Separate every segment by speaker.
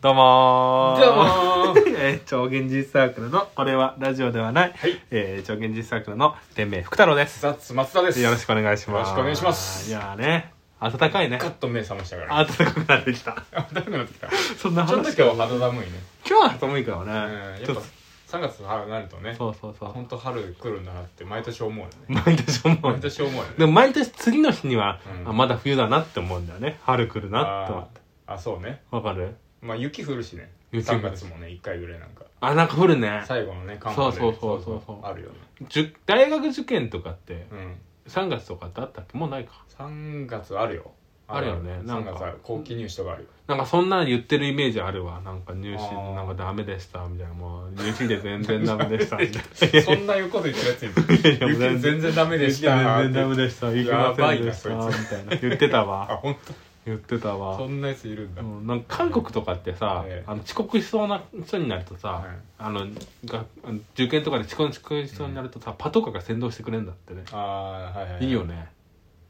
Speaker 1: どうもー
Speaker 2: どうもー
Speaker 1: えー超現実サークルのこれはラジオではない、
Speaker 2: はい
Speaker 1: えー超現実サークルの天命福太郎です
Speaker 2: ザッツ松田です
Speaker 1: よろしくお願いします
Speaker 2: よろしくお願いします
Speaker 1: いやーね暖かいね
Speaker 2: カッと目覚ましたから
Speaker 1: 暖かくなってきた
Speaker 2: 暖かくなってきたち
Speaker 1: そんな
Speaker 2: ょっと
Speaker 1: 話
Speaker 2: 今日肌寒いね
Speaker 1: 今日は寒いか
Speaker 2: う
Speaker 1: ら
Speaker 2: ん
Speaker 1: ね、
Speaker 2: やっ
Speaker 1: ちょ
Speaker 2: ぱ
Speaker 1: っ
Speaker 2: 3月春になるとね
Speaker 1: とそうそうそう
Speaker 2: 本当春来るんだなって毎年思うよね
Speaker 1: 毎年思うよ
Speaker 2: 毎年思うよね
Speaker 1: でも毎年次の日には、
Speaker 2: うん
Speaker 1: あまだ冬だなって思うんだよね春来るなって思っ
Speaker 2: あーあそうね
Speaker 1: たわかる
Speaker 2: まあ雪降るしね
Speaker 1: 雪
Speaker 2: 3月もね1回ぐらいなんか
Speaker 1: あなんか降るね
Speaker 2: 最後のね寒波で
Speaker 1: そうそうそうそう
Speaker 2: あるよね
Speaker 1: じゅ大学受験とかって
Speaker 2: うん
Speaker 1: 3月とかってあったっけもうないか
Speaker 2: 3月あるよ
Speaker 1: あるよねなん
Speaker 2: 3
Speaker 1: か
Speaker 2: 月は後期入試とかあるよ
Speaker 1: なんかそんなの言ってるイメージあるわなんか入試
Speaker 2: あー
Speaker 1: なんかダメでしたみたいなもう入試で全然ダメで したみたい
Speaker 2: そんないうこと言ってるやつい
Speaker 1: や いや
Speaker 2: る雪全然ダメ
Speaker 1: な
Speaker 2: でした
Speaker 1: 全然ダメでした行きませんでした
Speaker 2: やばいなそ
Speaker 1: みたいな言ってた
Speaker 2: あ
Speaker 1: わ
Speaker 2: 本当
Speaker 1: 言ってたわ
Speaker 2: そんなやついるんだ、
Speaker 1: うんなんか韓国とかってさ、
Speaker 2: ええ
Speaker 1: あの遅刻しそうな人になるとさ、
Speaker 2: はい
Speaker 1: あのがあの受験とかで遅刻遅刻しそうになるとさ、パトカーが先導してくれるんだってね、
Speaker 2: ああはいはい、はい、
Speaker 1: いいよね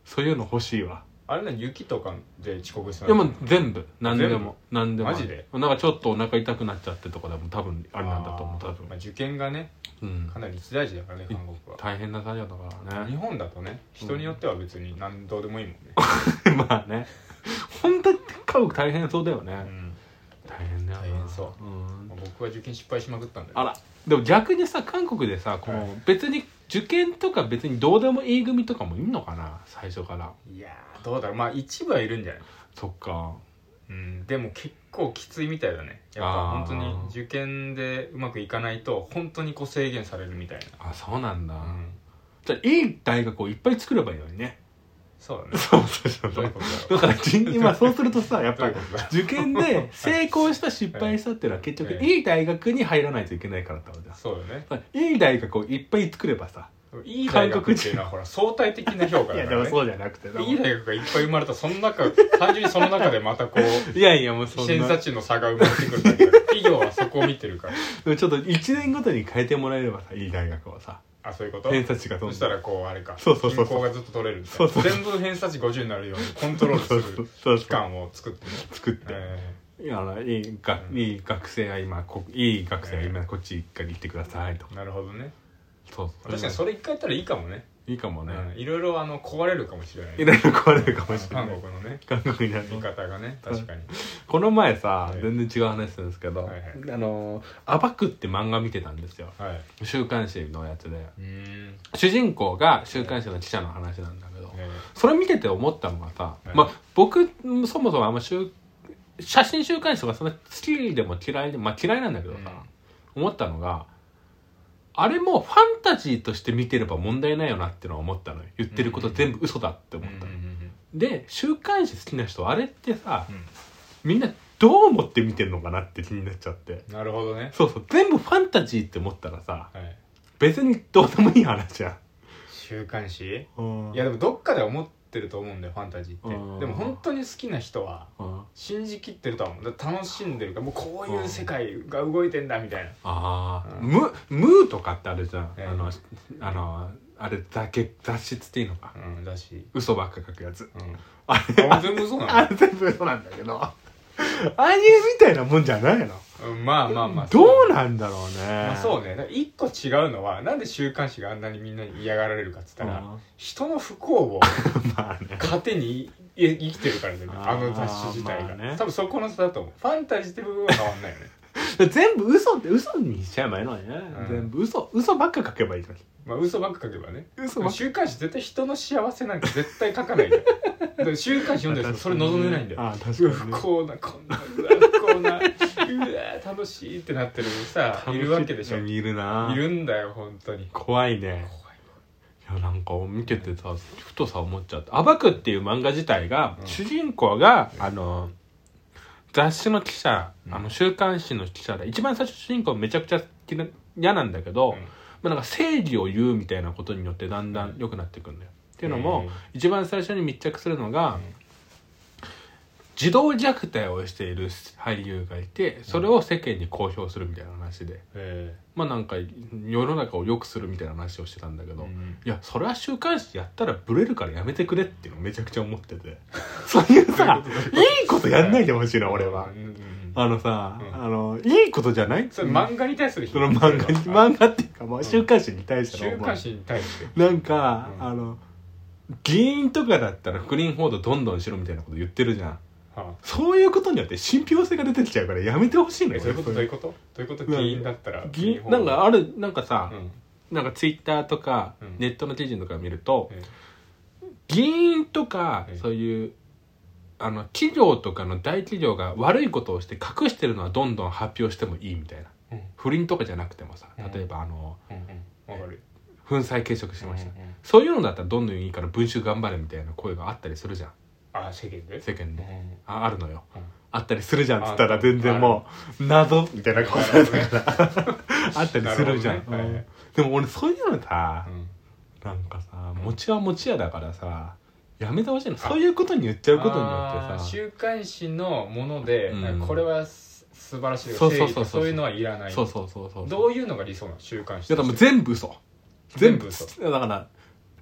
Speaker 1: そういうの欲しいわ
Speaker 2: あれね雪とかで遅刻した
Speaker 1: でも全部何でも何でも
Speaker 2: マジで
Speaker 1: なんかちょっとお腹痛くなっちゃってとかでも多分あれなんだと思う多
Speaker 2: たまあ、
Speaker 1: 分、
Speaker 2: 受験がね
Speaker 1: うん
Speaker 2: か、なり一大事だからね
Speaker 1: うん
Speaker 2: 韓国は
Speaker 1: 大変な作業だから
Speaker 2: 日
Speaker 1: ね
Speaker 2: 本だとね人によっては別に何どうでもいいもん ね、
Speaker 1: まあね本当に韓国大変そうだよね、
Speaker 2: うん
Speaker 1: 大変だよな
Speaker 2: 大変そ
Speaker 1: ん
Speaker 2: まあ僕は受験失敗しまくったんだよ
Speaker 1: あらでも逆にさ韓国でさこ
Speaker 2: は
Speaker 1: の別に受験とか別にどうでもいい組とかもいんのかな最初から
Speaker 2: いやーどうだろうまあ一部はいるんじゃない、
Speaker 1: そっか
Speaker 2: うん、でも結構きついみたいだねやっ
Speaker 1: あー
Speaker 2: ぱ本当に受験でうまくいかないと本当にこう制限されるみたい
Speaker 1: あそうなんだ、
Speaker 2: な、うん、
Speaker 1: じゃあいい大学をいっぱい作ればいいのにね
Speaker 2: そうだね
Speaker 1: そうそうそ
Speaker 2: どういうことだ
Speaker 1: だか
Speaker 2: ろう
Speaker 1: ら 人今そうするとさやっ
Speaker 2: ど
Speaker 1: ぱ
Speaker 2: うい
Speaker 1: り
Speaker 2: うことだ
Speaker 1: 受験で成功した失敗したっていうのは結局
Speaker 2: ええ
Speaker 1: いい大学に入らないといけないからってことだ
Speaker 2: そうだね
Speaker 1: いい大学をいっぱい作ればさ
Speaker 2: いい大学っていうのはほら相対的な評価
Speaker 1: い
Speaker 2: だ
Speaker 1: やで
Speaker 2: から
Speaker 1: も
Speaker 2: ね
Speaker 1: そうじゃなくて
Speaker 2: いい大学がいっぱい生まれたその中 単純にその中でまたこう
Speaker 1: いやいやもうそん
Speaker 2: 偏差
Speaker 1: なち
Speaker 2: 値の差が生まれてくるんだけど企業はそこを見てるから
Speaker 1: ょっと1年ごとに変えてもらえればさいい大学をさ
Speaker 2: あそういうこと
Speaker 1: 偏差値がどんど
Speaker 2: そ
Speaker 1: ん
Speaker 2: したらこうあれか
Speaker 1: そうそうそうそう
Speaker 2: 均衡がずっと取れるみたいな
Speaker 1: そうそう
Speaker 2: 全部偏差値50になるようにコントロー
Speaker 1: そうそう
Speaker 2: ルす
Speaker 1: そう
Speaker 2: る期間を作ってね
Speaker 1: 作って、
Speaker 2: え
Speaker 1: あのいいが
Speaker 2: うん
Speaker 1: いい学生は今こいい学生は
Speaker 2: え
Speaker 1: 今こっち一回行ってくださいとか、
Speaker 2: ーなるほどね
Speaker 1: そうそう
Speaker 2: 確かにそれ一回やったらいいかもね
Speaker 1: いいかもね、
Speaker 2: うんいろいろあの壊れるかもしれない
Speaker 1: いろいろ壊れるかもしれな
Speaker 2: 韓
Speaker 1: い
Speaker 2: 国のね
Speaker 1: 韓国になる
Speaker 2: 見方がね確かに
Speaker 1: この前さ、
Speaker 2: はい
Speaker 1: 全然違う話するんですけど、
Speaker 2: はいはい
Speaker 1: あのー「アバク」って漫画見てたんですよ
Speaker 2: はい
Speaker 1: 週刊誌のやつで
Speaker 2: うーん
Speaker 1: 主人公が週刊誌の記者の話なんだけど
Speaker 2: え
Speaker 1: それ見てて思ったのがさ、
Speaker 2: はい
Speaker 1: まあ僕うんそもそもあんま週写真週刊誌とかそんな好きでも嫌いでまあ嫌いなんだけどさ、思ったのがあれもファンタジーとして見てれば問題ないよなってのは思ったのよ言ってること全部嘘だって
Speaker 2: ー
Speaker 1: 思ったの、
Speaker 2: うんうんうん
Speaker 1: で週刊誌好きな人あれってさ、
Speaker 2: うん
Speaker 1: みんなどう思って見てるのかなって気になっちゃって
Speaker 2: なるほどね
Speaker 1: そうそう全部ファンタジーって思ったらさ
Speaker 2: はい
Speaker 1: 別にどうでもいい話じゃ
Speaker 2: 週刊誌
Speaker 1: ん
Speaker 2: いやでもどっかでは思ってると思うんだよファンタジー
Speaker 1: う
Speaker 2: っ
Speaker 1: ん
Speaker 2: てでも本当に好きな人は
Speaker 1: あ
Speaker 2: 信じきってるとは思うだから楽しんでるからもうこういう世界が動いてんだみたいな
Speaker 1: あー、
Speaker 2: う
Speaker 1: ムムーとかってあるじゃん、
Speaker 2: ええ
Speaker 1: あのあのあれだけ雑誌つっていいのか
Speaker 2: うんだし
Speaker 1: 嘘ばっか書くやつ
Speaker 2: うん
Speaker 1: あれ
Speaker 2: あ全部 嘘
Speaker 1: あ
Speaker 2: な
Speaker 1: れ全部嘘なんだけどああいうみたいなもんじゃないの
Speaker 2: のうんまあまあまあ
Speaker 1: どう
Speaker 2: の
Speaker 1: なんだろうね、
Speaker 2: まあそうねだから一個違うのはなんで週刊誌があんなにみんなに嫌がられるかっつった
Speaker 1: う
Speaker 2: ら
Speaker 1: ん
Speaker 2: 人の不幸を
Speaker 1: まあね
Speaker 2: 糧にい生きてるからだよね
Speaker 1: あー
Speaker 2: あの雑誌自体
Speaker 1: まあね
Speaker 2: が多分そこの差だと思うファンタジーって部分は変わんないよね
Speaker 1: 全部嘘って嘘にしちゃえばいいのにね、
Speaker 2: うん
Speaker 1: 全部嘘嘘ばっか書けばいいのに
Speaker 2: まあ嘘ばっか書けばね
Speaker 1: 嘘ばっか
Speaker 2: 週刊誌絶対人の幸せなんか絶対書かないじゃんだから週刊誌読んでる人それ望んでないんだよ
Speaker 1: あ確
Speaker 2: うわ
Speaker 1: かに、ね
Speaker 2: 不、幸なこんなうわ不幸なうわ楽しいってなってるさいるわけでしょい
Speaker 1: いるない
Speaker 2: るんだよ本当に
Speaker 1: 怖いねいやなんか見ててさふとさ思っちゃった「アバク」っていう漫画自体が、
Speaker 2: うん
Speaker 1: 主人公があの雑誌の記者、
Speaker 2: うん
Speaker 1: あの週刊誌の記者で一番最初主人公めちゃくちゃ嫌い嫌なんだけど、
Speaker 2: うん
Speaker 1: まあ、なんか正義を言うみたいなことによってだんだん良くなっていくんだよ。っていうのも、
Speaker 2: うん
Speaker 1: 一番最初に密着するのが、
Speaker 2: うん
Speaker 1: 児童虐待をしている俳優がいてそれを世間に公表するみたいな話で、
Speaker 2: え
Speaker 1: まあなんか世の中を良くするみたいな話をしてたんだけ
Speaker 2: え
Speaker 1: ど、い
Speaker 2: ん、
Speaker 1: やそれは週刊誌やったらブレるからやめてくれっていうのめちゃくちゃ思ってて そういうさ
Speaker 2: どういうこと
Speaker 1: いいことやんないでほしいな俺は
Speaker 2: うんうんうん
Speaker 1: あのさ、
Speaker 2: うん
Speaker 1: あのいいことじゃない
Speaker 2: それ漫画に対する批
Speaker 1: その
Speaker 2: 判
Speaker 1: 漫画に漫画っていうか、まあ、
Speaker 2: ん
Speaker 1: 週刊誌に対しての
Speaker 2: 週
Speaker 1: 思い
Speaker 2: 刊誌に対して
Speaker 1: なんか、
Speaker 2: うん
Speaker 1: あの議員とかだったら不倫報道どんどんしろみたいなこと言ってるじゃん
Speaker 2: はあ
Speaker 1: そういうことによって信憑性が出てきちゃうからやめてほしいの
Speaker 2: え
Speaker 1: よ
Speaker 2: そういうことどういうことどういうこと議員だったら
Speaker 1: 議員なんかあるなんかさ
Speaker 2: う、ん
Speaker 1: なんかツイッターとか、
Speaker 2: うん
Speaker 1: ネットの記事とか見ると、
Speaker 2: え
Speaker 1: 議員とか、
Speaker 2: ええ
Speaker 1: そういうあの企業とかの大企業が悪いことをして隠してるのはどんどん発表してもいいみたいな
Speaker 2: えうん
Speaker 1: 不倫とかじゃなくてもさ
Speaker 2: うん
Speaker 1: 例えば、あの
Speaker 2: うんうんわかる
Speaker 1: 粉砕継承しました、
Speaker 2: うんうん
Speaker 1: そういうのだったらどんどんいいから文集頑張れみたいな声があったりするじゃん
Speaker 2: あ世間で
Speaker 1: 世間
Speaker 2: う
Speaker 1: で、
Speaker 2: ん
Speaker 1: ああるのよ、
Speaker 2: うん
Speaker 1: あったりするじゃんっつったら全然もう謎みたいな顔されたからあったりするじゃん、
Speaker 2: なるほどねはいはい
Speaker 1: うんでも俺そういうのさ、
Speaker 2: うん
Speaker 1: なんかさ餅は餅屋だからさやめてほしいのそういうことに言っちゃうことによっ
Speaker 2: あー
Speaker 1: てさ
Speaker 2: 週刊誌のもので、
Speaker 1: うん
Speaker 2: なんかこれはす素晴らしい
Speaker 1: そうそうそうそう
Speaker 2: 正義というのはいらない
Speaker 1: そうそうそうそう
Speaker 2: どういうのが理想なの週刊誌
Speaker 1: いやでも全部嘘全部
Speaker 2: 嘘
Speaker 1: だから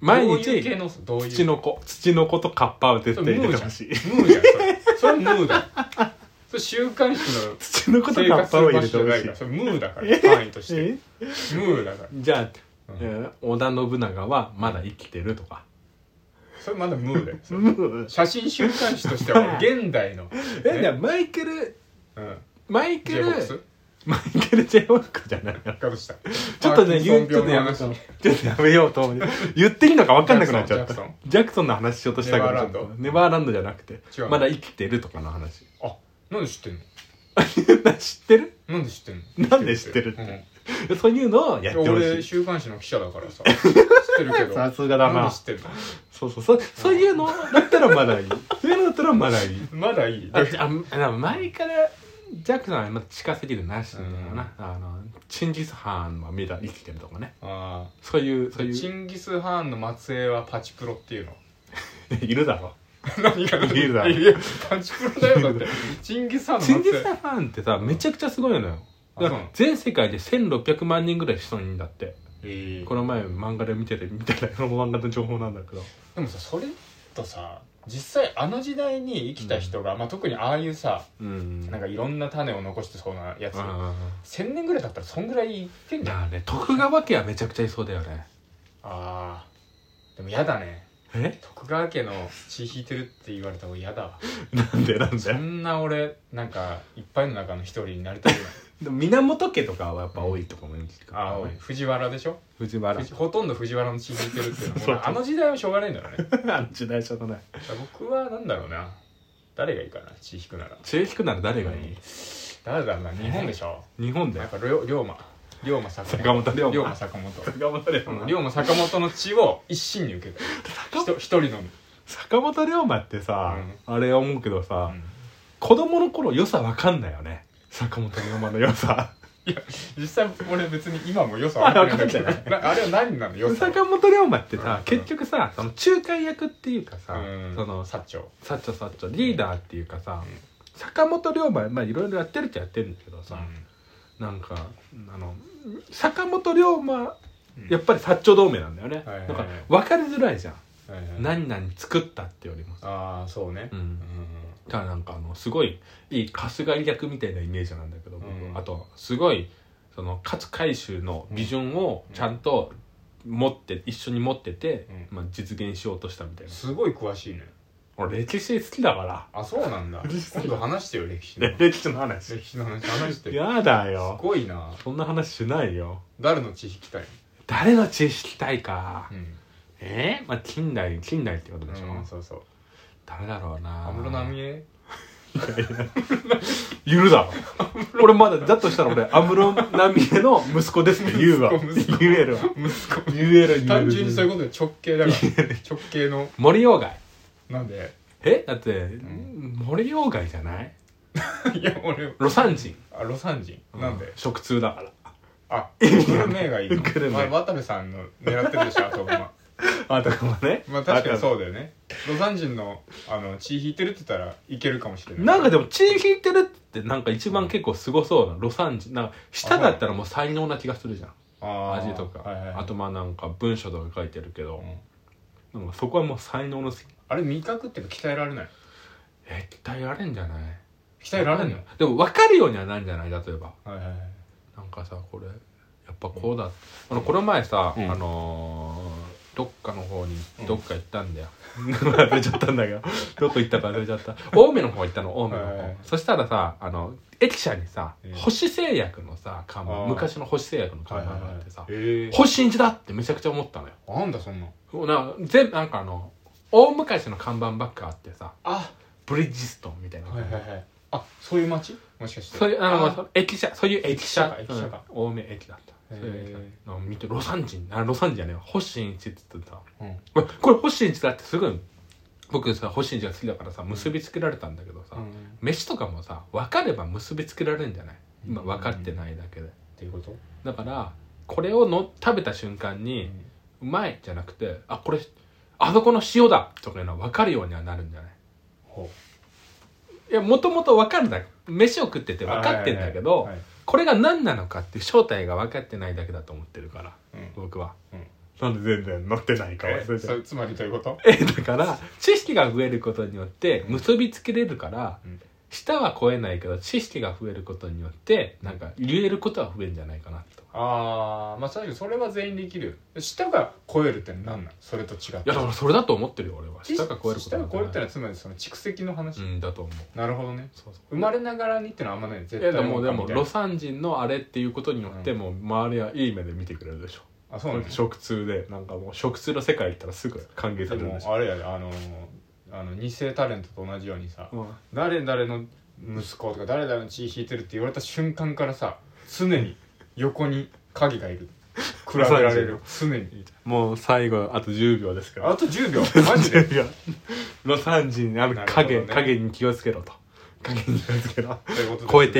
Speaker 1: 毎
Speaker 2: どういう系
Speaker 1: 日
Speaker 2: のどういう
Speaker 1: 土の子土の子とカッパは絶対入れてほしい
Speaker 2: ムーじゃんそれそれムーだよそれ週刊誌の
Speaker 1: 土の子とカ
Speaker 2: 生
Speaker 1: ッ
Speaker 2: 活す
Speaker 1: パを
Speaker 2: る
Speaker 1: 入
Speaker 2: 場
Speaker 1: れてほし
Speaker 2: 所じゃないか
Speaker 1: い
Speaker 2: らそれムーだから範囲として
Speaker 1: え
Speaker 2: ムーだから
Speaker 1: じゃあ、
Speaker 2: うん
Speaker 1: えー織田信長はまだ生きてるとか、
Speaker 2: それまだムーだよそれ
Speaker 1: うん、
Speaker 2: 写真週刊誌としては現代の
Speaker 1: えじゃあマイケル
Speaker 2: うん
Speaker 1: マイケ
Speaker 2: j
Speaker 1: ル
Speaker 2: ボックス
Speaker 1: マイケル j ォックじゃないよ
Speaker 2: ガとした
Speaker 1: ちょっとね言うち
Speaker 2: ち
Speaker 1: ょっ
Speaker 2: ょ
Speaker 1: と
Speaker 2: っと
Speaker 1: や
Speaker 2: や
Speaker 1: め
Speaker 2: め
Speaker 1: ちょっとやめようと思って言っていいのか分かんなくなっちゃった
Speaker 2: ジャクソンジャク
Speaker 1: ジャクソンの話しようとしたけど
Speaker 2: ネバーランド
Speaker 1: ちょっとネバーランドじゃなくて
Speaker 2: 違うの
Speaker 1: まだ生きてるとかの話
Speaker 2: あなんで知ってんの
Speaker 1: 知ってる
Speaker 2: なんで知ってんの
Speaker 1: なんで知ってるって
Speaker 2: うん
Speaker 1: そういうのをやってほ
Speaker 2: 俺
Speaker 1: しい
Speaker 2: 週刊誌の記者だか らさ知ってるけど
Speaker 1: さすがだ
Speaker 2: なん
Speaker 1: な
Speaker 2: で知ってんの
Speaker 1: そうそうそうそういうのだったらまだいいそういうのだったらまだいい
Speaker 2: まだいい
Speaker 1: あああ前からジャクソンはまだ近すぎるなしみたいな、あのチンギス・ハーンは見た生きてるとかね
Speaker 2: あ
Speaker 1: そういうそう
Speaker 2: ー
Speaker 1: い
Speaker 2: チ
Speaker 1: う
Speaker 2: ンギス・ハーンの末裔はパチプロっていうの
Speaker 1: いるだろ
Speaker 2: 何が
Speaker 1: いるだろ
Speaker 2: いやパチプロだよだってチンギス・ハーンの
Speaker 1: チ
Speaker 2: 末裔
Speaker 1: ンギス・ハーンってさめちゃくちゃすごいのよ
Speaker 2: あ
Speaker 1: だ
Speaker 2: そ
Speaker 1: から
Speaker 2: うなの
Speaker 1: 全世界で1600万人ぐらい人いるんだって
Speaker 2: ええ
Speaker 1: この前漫画で見ててみたいなこの漫画の情報なんだけど
Speaker 2: でもさそれとさ実際あの時代に生きた人が、まあ、特にああいうさ
Speaker 1: うん
Speaker 2: なんかいろんな種を残してそうなやつ、
Speaker 1: あ
Speaker 2: 千年ぐらい経ったらそんぐらいいってん
Speaker 1: ー
Speaker 2: じ
Speaker 1: だ
Speaker 2: ゃ
Speaker 1: か
Speaker 2: んあ
Speaker 1: らね徳川家はめちゃくちゃいそうだよね
Speaker 2: あーでもやだね
Speaker 1: え
Speaker 2: 徳川家の血引いてるって言われた方が嫌だわ
Speaker 1: なんでなん
Speaker 2: そ
Speaker 1: で
Speaker 2: んな俺なんかいっぱいの中の一人になり たくない
Speaker 1: でも源家とかはやっぱ多いとかもいい
Speaker 2: ああ俺藤原でしょ
Speaker 1: 藤原
Speaker 2: 藤ほとんど藤原の血引いてるっていうの
Speaker 1: そう
Speaker 2: もあの時代はしょうがないんだろうね
Speaker 1: あの時代しょうがない
Speaker 2: 僕はなんだろうな誰がいいかな血引くなら
Speaker 1: 中引くなら誰がいい
Speaker 2: 誰だろうな日本でしょ
Speaker 1: 日本だ
Speaker 2: やっ
Speaker 1: よ
Speaker 2: ぱ龍馬龍馬坂
Speaker 1: 坂本龍馬
Speaker 2: 龍馬坂本
Speaker 1: 坂本龍
Speaker 2: うん龍馬坂本の血を一身に受けたひと一人のみ、
Speaker 1: 坂本龍馬ってさ、あれ思うけど
Speaker 2: う
Speaker 1: さ、
Speaker 2: ん
Speaker 1: 子供の頃良さわかんないよね坂本龍馬の良さ
Speaker 2: 実際俺別に今も良さ分かんないんだけ
Speaker 1: あ分か
Speaker 2: どなあれは何なの良さ
Speaker 1: 坂本龍馬ってさ、
Speaker 2: うん
Speaker 1: 結局さその仲介役っていうかさ、
Speaker 2: うん
Speaker 1: そのさ
Speaker 2: 薩長
Speaker 1: サッチョサッチョリーダーっていうかさ、坂本龍馬まあいろいろやってるっちゃやってるんだけどさ、なんかあの坂本龍馬やっぱり薩長同盟なんだよね、
Speaker 2: はいはい
Speaker 1: な
Speaker 2: は
Speaker 1: ん
Speaker 2: い
Speaker 1: か分かりづらいじゃん、
Speaker 2: うんはいはい
Speaker 1: 何々作ったってよりも
Speaker 2: ああそうね
Speaker 1: うん
Speaker 2: う
Speaker 1: だからなんかあのすごいいい春日井役みたいなイメージなんだけど、僕
Speaker 2: うん
Speaker 1: あとすごいその勝海舟のビジョンをちゃんと持って一緒に持ってて、
Speaker 2: う
Speaker 1: まあ、実現しようとしたみたい
Speaker 2: ん
Speaker 1: な
Speaker 2: すごい詳しいね
Speaker 1: 俺歴史好きだから
Speaker 2: あ そうなんだ
Speaker 1: うるさい
Speaker 2: 今度話してよ歴史の
Speaker 1: え歴史の話
Speaker 2: 歴史の話話してよ
Speaker 1: やだ
Speaker 2: す
Speaker 1: よ
Speaker 2: ごいな
Speaker 1: そんな話しないよ
Speaker 2: 誰の血引きたい
Speaker 1: 誰の知識体か、
Speaker 2: うん
Speaker 1: えー、まあ近代近代ってことでしょ、
Speaker 2: うんそうそう
Speaker 1: 誰だろうな
Speaker 2: 安室奈美恵
Speaker 1: いるだろ俺まだだとしたら俺安室奈美恵の息子ですって言うわ
Speaker 2: 息子息子
Speaker 1: 言えるわ
Speaker 2: 息子
Speaker 1: 言える言える
Speaker 2: 単純にそういうことで直系だから直系の
Speaker 1: 森鴎外
Speaker 2: なん で
Speaker 1: えだって、
Speaker 2: ん
Speaker 1: 森鴎外じゃない
Speaker 2: いや俺
Speaker 1: 魯山人
Speaker 2: あ魯山人なんで
Speaker 1: 食通だから
Speaker 2: あグルメがいいの
Speaker 1: グルメ
Speaker 2: まあ渡部さんの狙ってるでしょ頭
Speaker 1: あとかも ね
Speaker 2: まあ確かに
Speaker 1: う
Speaker 2: そうだよねロザン人のあの血引いてるって言ったらいけるかもしれない
Speaker 1: なんかでも血引いてるってなんか一番結構すごそうな魯山人なんか舌だったらもう才能な気がするじゃん
Speaker 2: あー
Speaker 1: 味とか、
Speaker 2: はいはい
Speaker 1: あとまあなんか文章とか書いてるけど
Speaker 2: う、ん
Speaker 1: なんかそこはもう才能の
Speaker 2: あれ味覚っていうか鍛えられない
Speaker 1: え鍛えられんじゃない
Speaker 2: 鍛えられんの
Speaker 1: でも分かるようにはなるんじゃない例えば
Speaker 2: はいはいはい
Speaker 1: なんかさこれやっぱこうだ、あのこの前さ、
Speaker 2: うん
Speaker 1: あのーどっかの方に
Speaker 2: うん
Speaker 1: どっか行ったんだよ、忘れちゃったんだけどどこ行ったか忘れちゃった青梅の方行ったの青梅の方、
Speaker 2: はい
Speaker 1: そしたらさあの駅舎にさ、
Speaker 2: うん
Speaker 1: 星製薬のさ看
Speaker 2: あ
Speaker 1: 板
Speaker 2: ー
Speaker 1: 昔の星製薬の看板があってさ、
Speaker 2: ええ
Speaker 1: 星新地だってめちゃくちゃ思ったのよ
Speaker 2: あんだそんなん
Speaker 1: な全部なんかあの大昔の看板ばっかあってさ
Speaker 2: あ
Speaker 1: ブリヂストンみたいな、
Speaker 2: はいはいはいあそういう町もしかして
Speaker 1: そういうあの
Speaker 2: あ
Speaker 1: 駅舎そういう駅舎
Speaker 2: 駅舎か駅舎か
Speaker 1: うん青梅駅だった
Speaker 2: へー
Speaker 1: そういう駅だったあ見て魯山人あ魯山人じゃねえわ星新一って言ってた
Speaker 2: うんうん
Speaker 1: これこれ星新一だってすごい僕さ星新一が好きだからさ結びつけられたんだけどさ、飯とかもさ分かれば結びつけられるんじゃない今分かってないだけで、
Speaker 2: っていうこと
Speaker 1: だからこれをの食べた瞬間
Speaker 2: う
Speaker 1: に、
Speaker 2: ん
Speaker 1: うまいじゃなくてあこれあそこの塩だとかいうのは分かるようにはなるんじゃない
Speaker 2: ほ
Speaker 1: いやもともと分かるんだ飯を食ってて
Speaker 2: う
Speaker 1: 分かってんだけど、
Speaker 2: はいはい
Speaker 1: これが何なのかっていう正体が分かってないだけだと思ってるから
Speaker 2: はいうん
Speaker 1: 僕は、
Speaker 2: うん
Speaker 1: なんで全然乗ってないか
Speaker 2: え
Speaker 1: 忘れ
Speaker 2: そ
Speaker 1: て
Speaker 2: うつまりどういうこと
Speaker 1: え だから知識が増えることによって結びつけれるから、
Speaker 2: うん
Speaker 1: 舌は超えないけど知識が増えることによってなんか言えることは増えるんじゃないかなと
Speaker 2: ああまあ確かにそれは全員できるよ舌が超えるって何なんそれと違ってい
Speaker 1: いやだからそれだと思ってるよ俺は舌が超えること
Speaker 2: 舌
Speaker 1: な
Speaker 2: が
Speaker 1: ん
Speaker 2: 超
Speaker 1: て
Speaker 2: えるっての
Speaker 1: な
Speaker 2: はつまりその蓄積の話、
Speaker 1: いうんだと思う
Speaker 2: なるほどね
Speaker 1: そうそう
Speaker 2: 生まれながらにってのはあんまない絶
Speaker 1: いや
Speaker 2: 対
Speaker 1: でもで
Speaker 2: なんか
Speaker 1: も
Speaker 2: みたいな
Speaker 1: 魯山人のあれっていうことによって
Speaker 2: うん
Speaker 1: もう周りはいい目で見てくれるでしょ、
Speaker 2: あそうなんだ
Speaker 1: 食通でなんかもう食通の世界行ったらすぐ歓迎さ
Speaker 2: で
Speaker 1: れるでしょ
Speaker 2: もあれやであのあの偽タレントと同じようにさ、
Speaker 1: うん
Speaker 2: 誰々の息子とか誰々の血引いてるって言われた瞬間からさ常に横に影がいる比べられる常に
Speaker 1: もう最後あと10秒ですから
Speaker 2: あと10秒マジ で
Speaker 1: ロサンジンあの
Speaker 2: なるほど
Speaker 1: 影、
Speaker 2: ね
Speaker 1: 影に気をつけろと影に気をつけろ
Speaker 2: ということで
Speaker 1: 超えて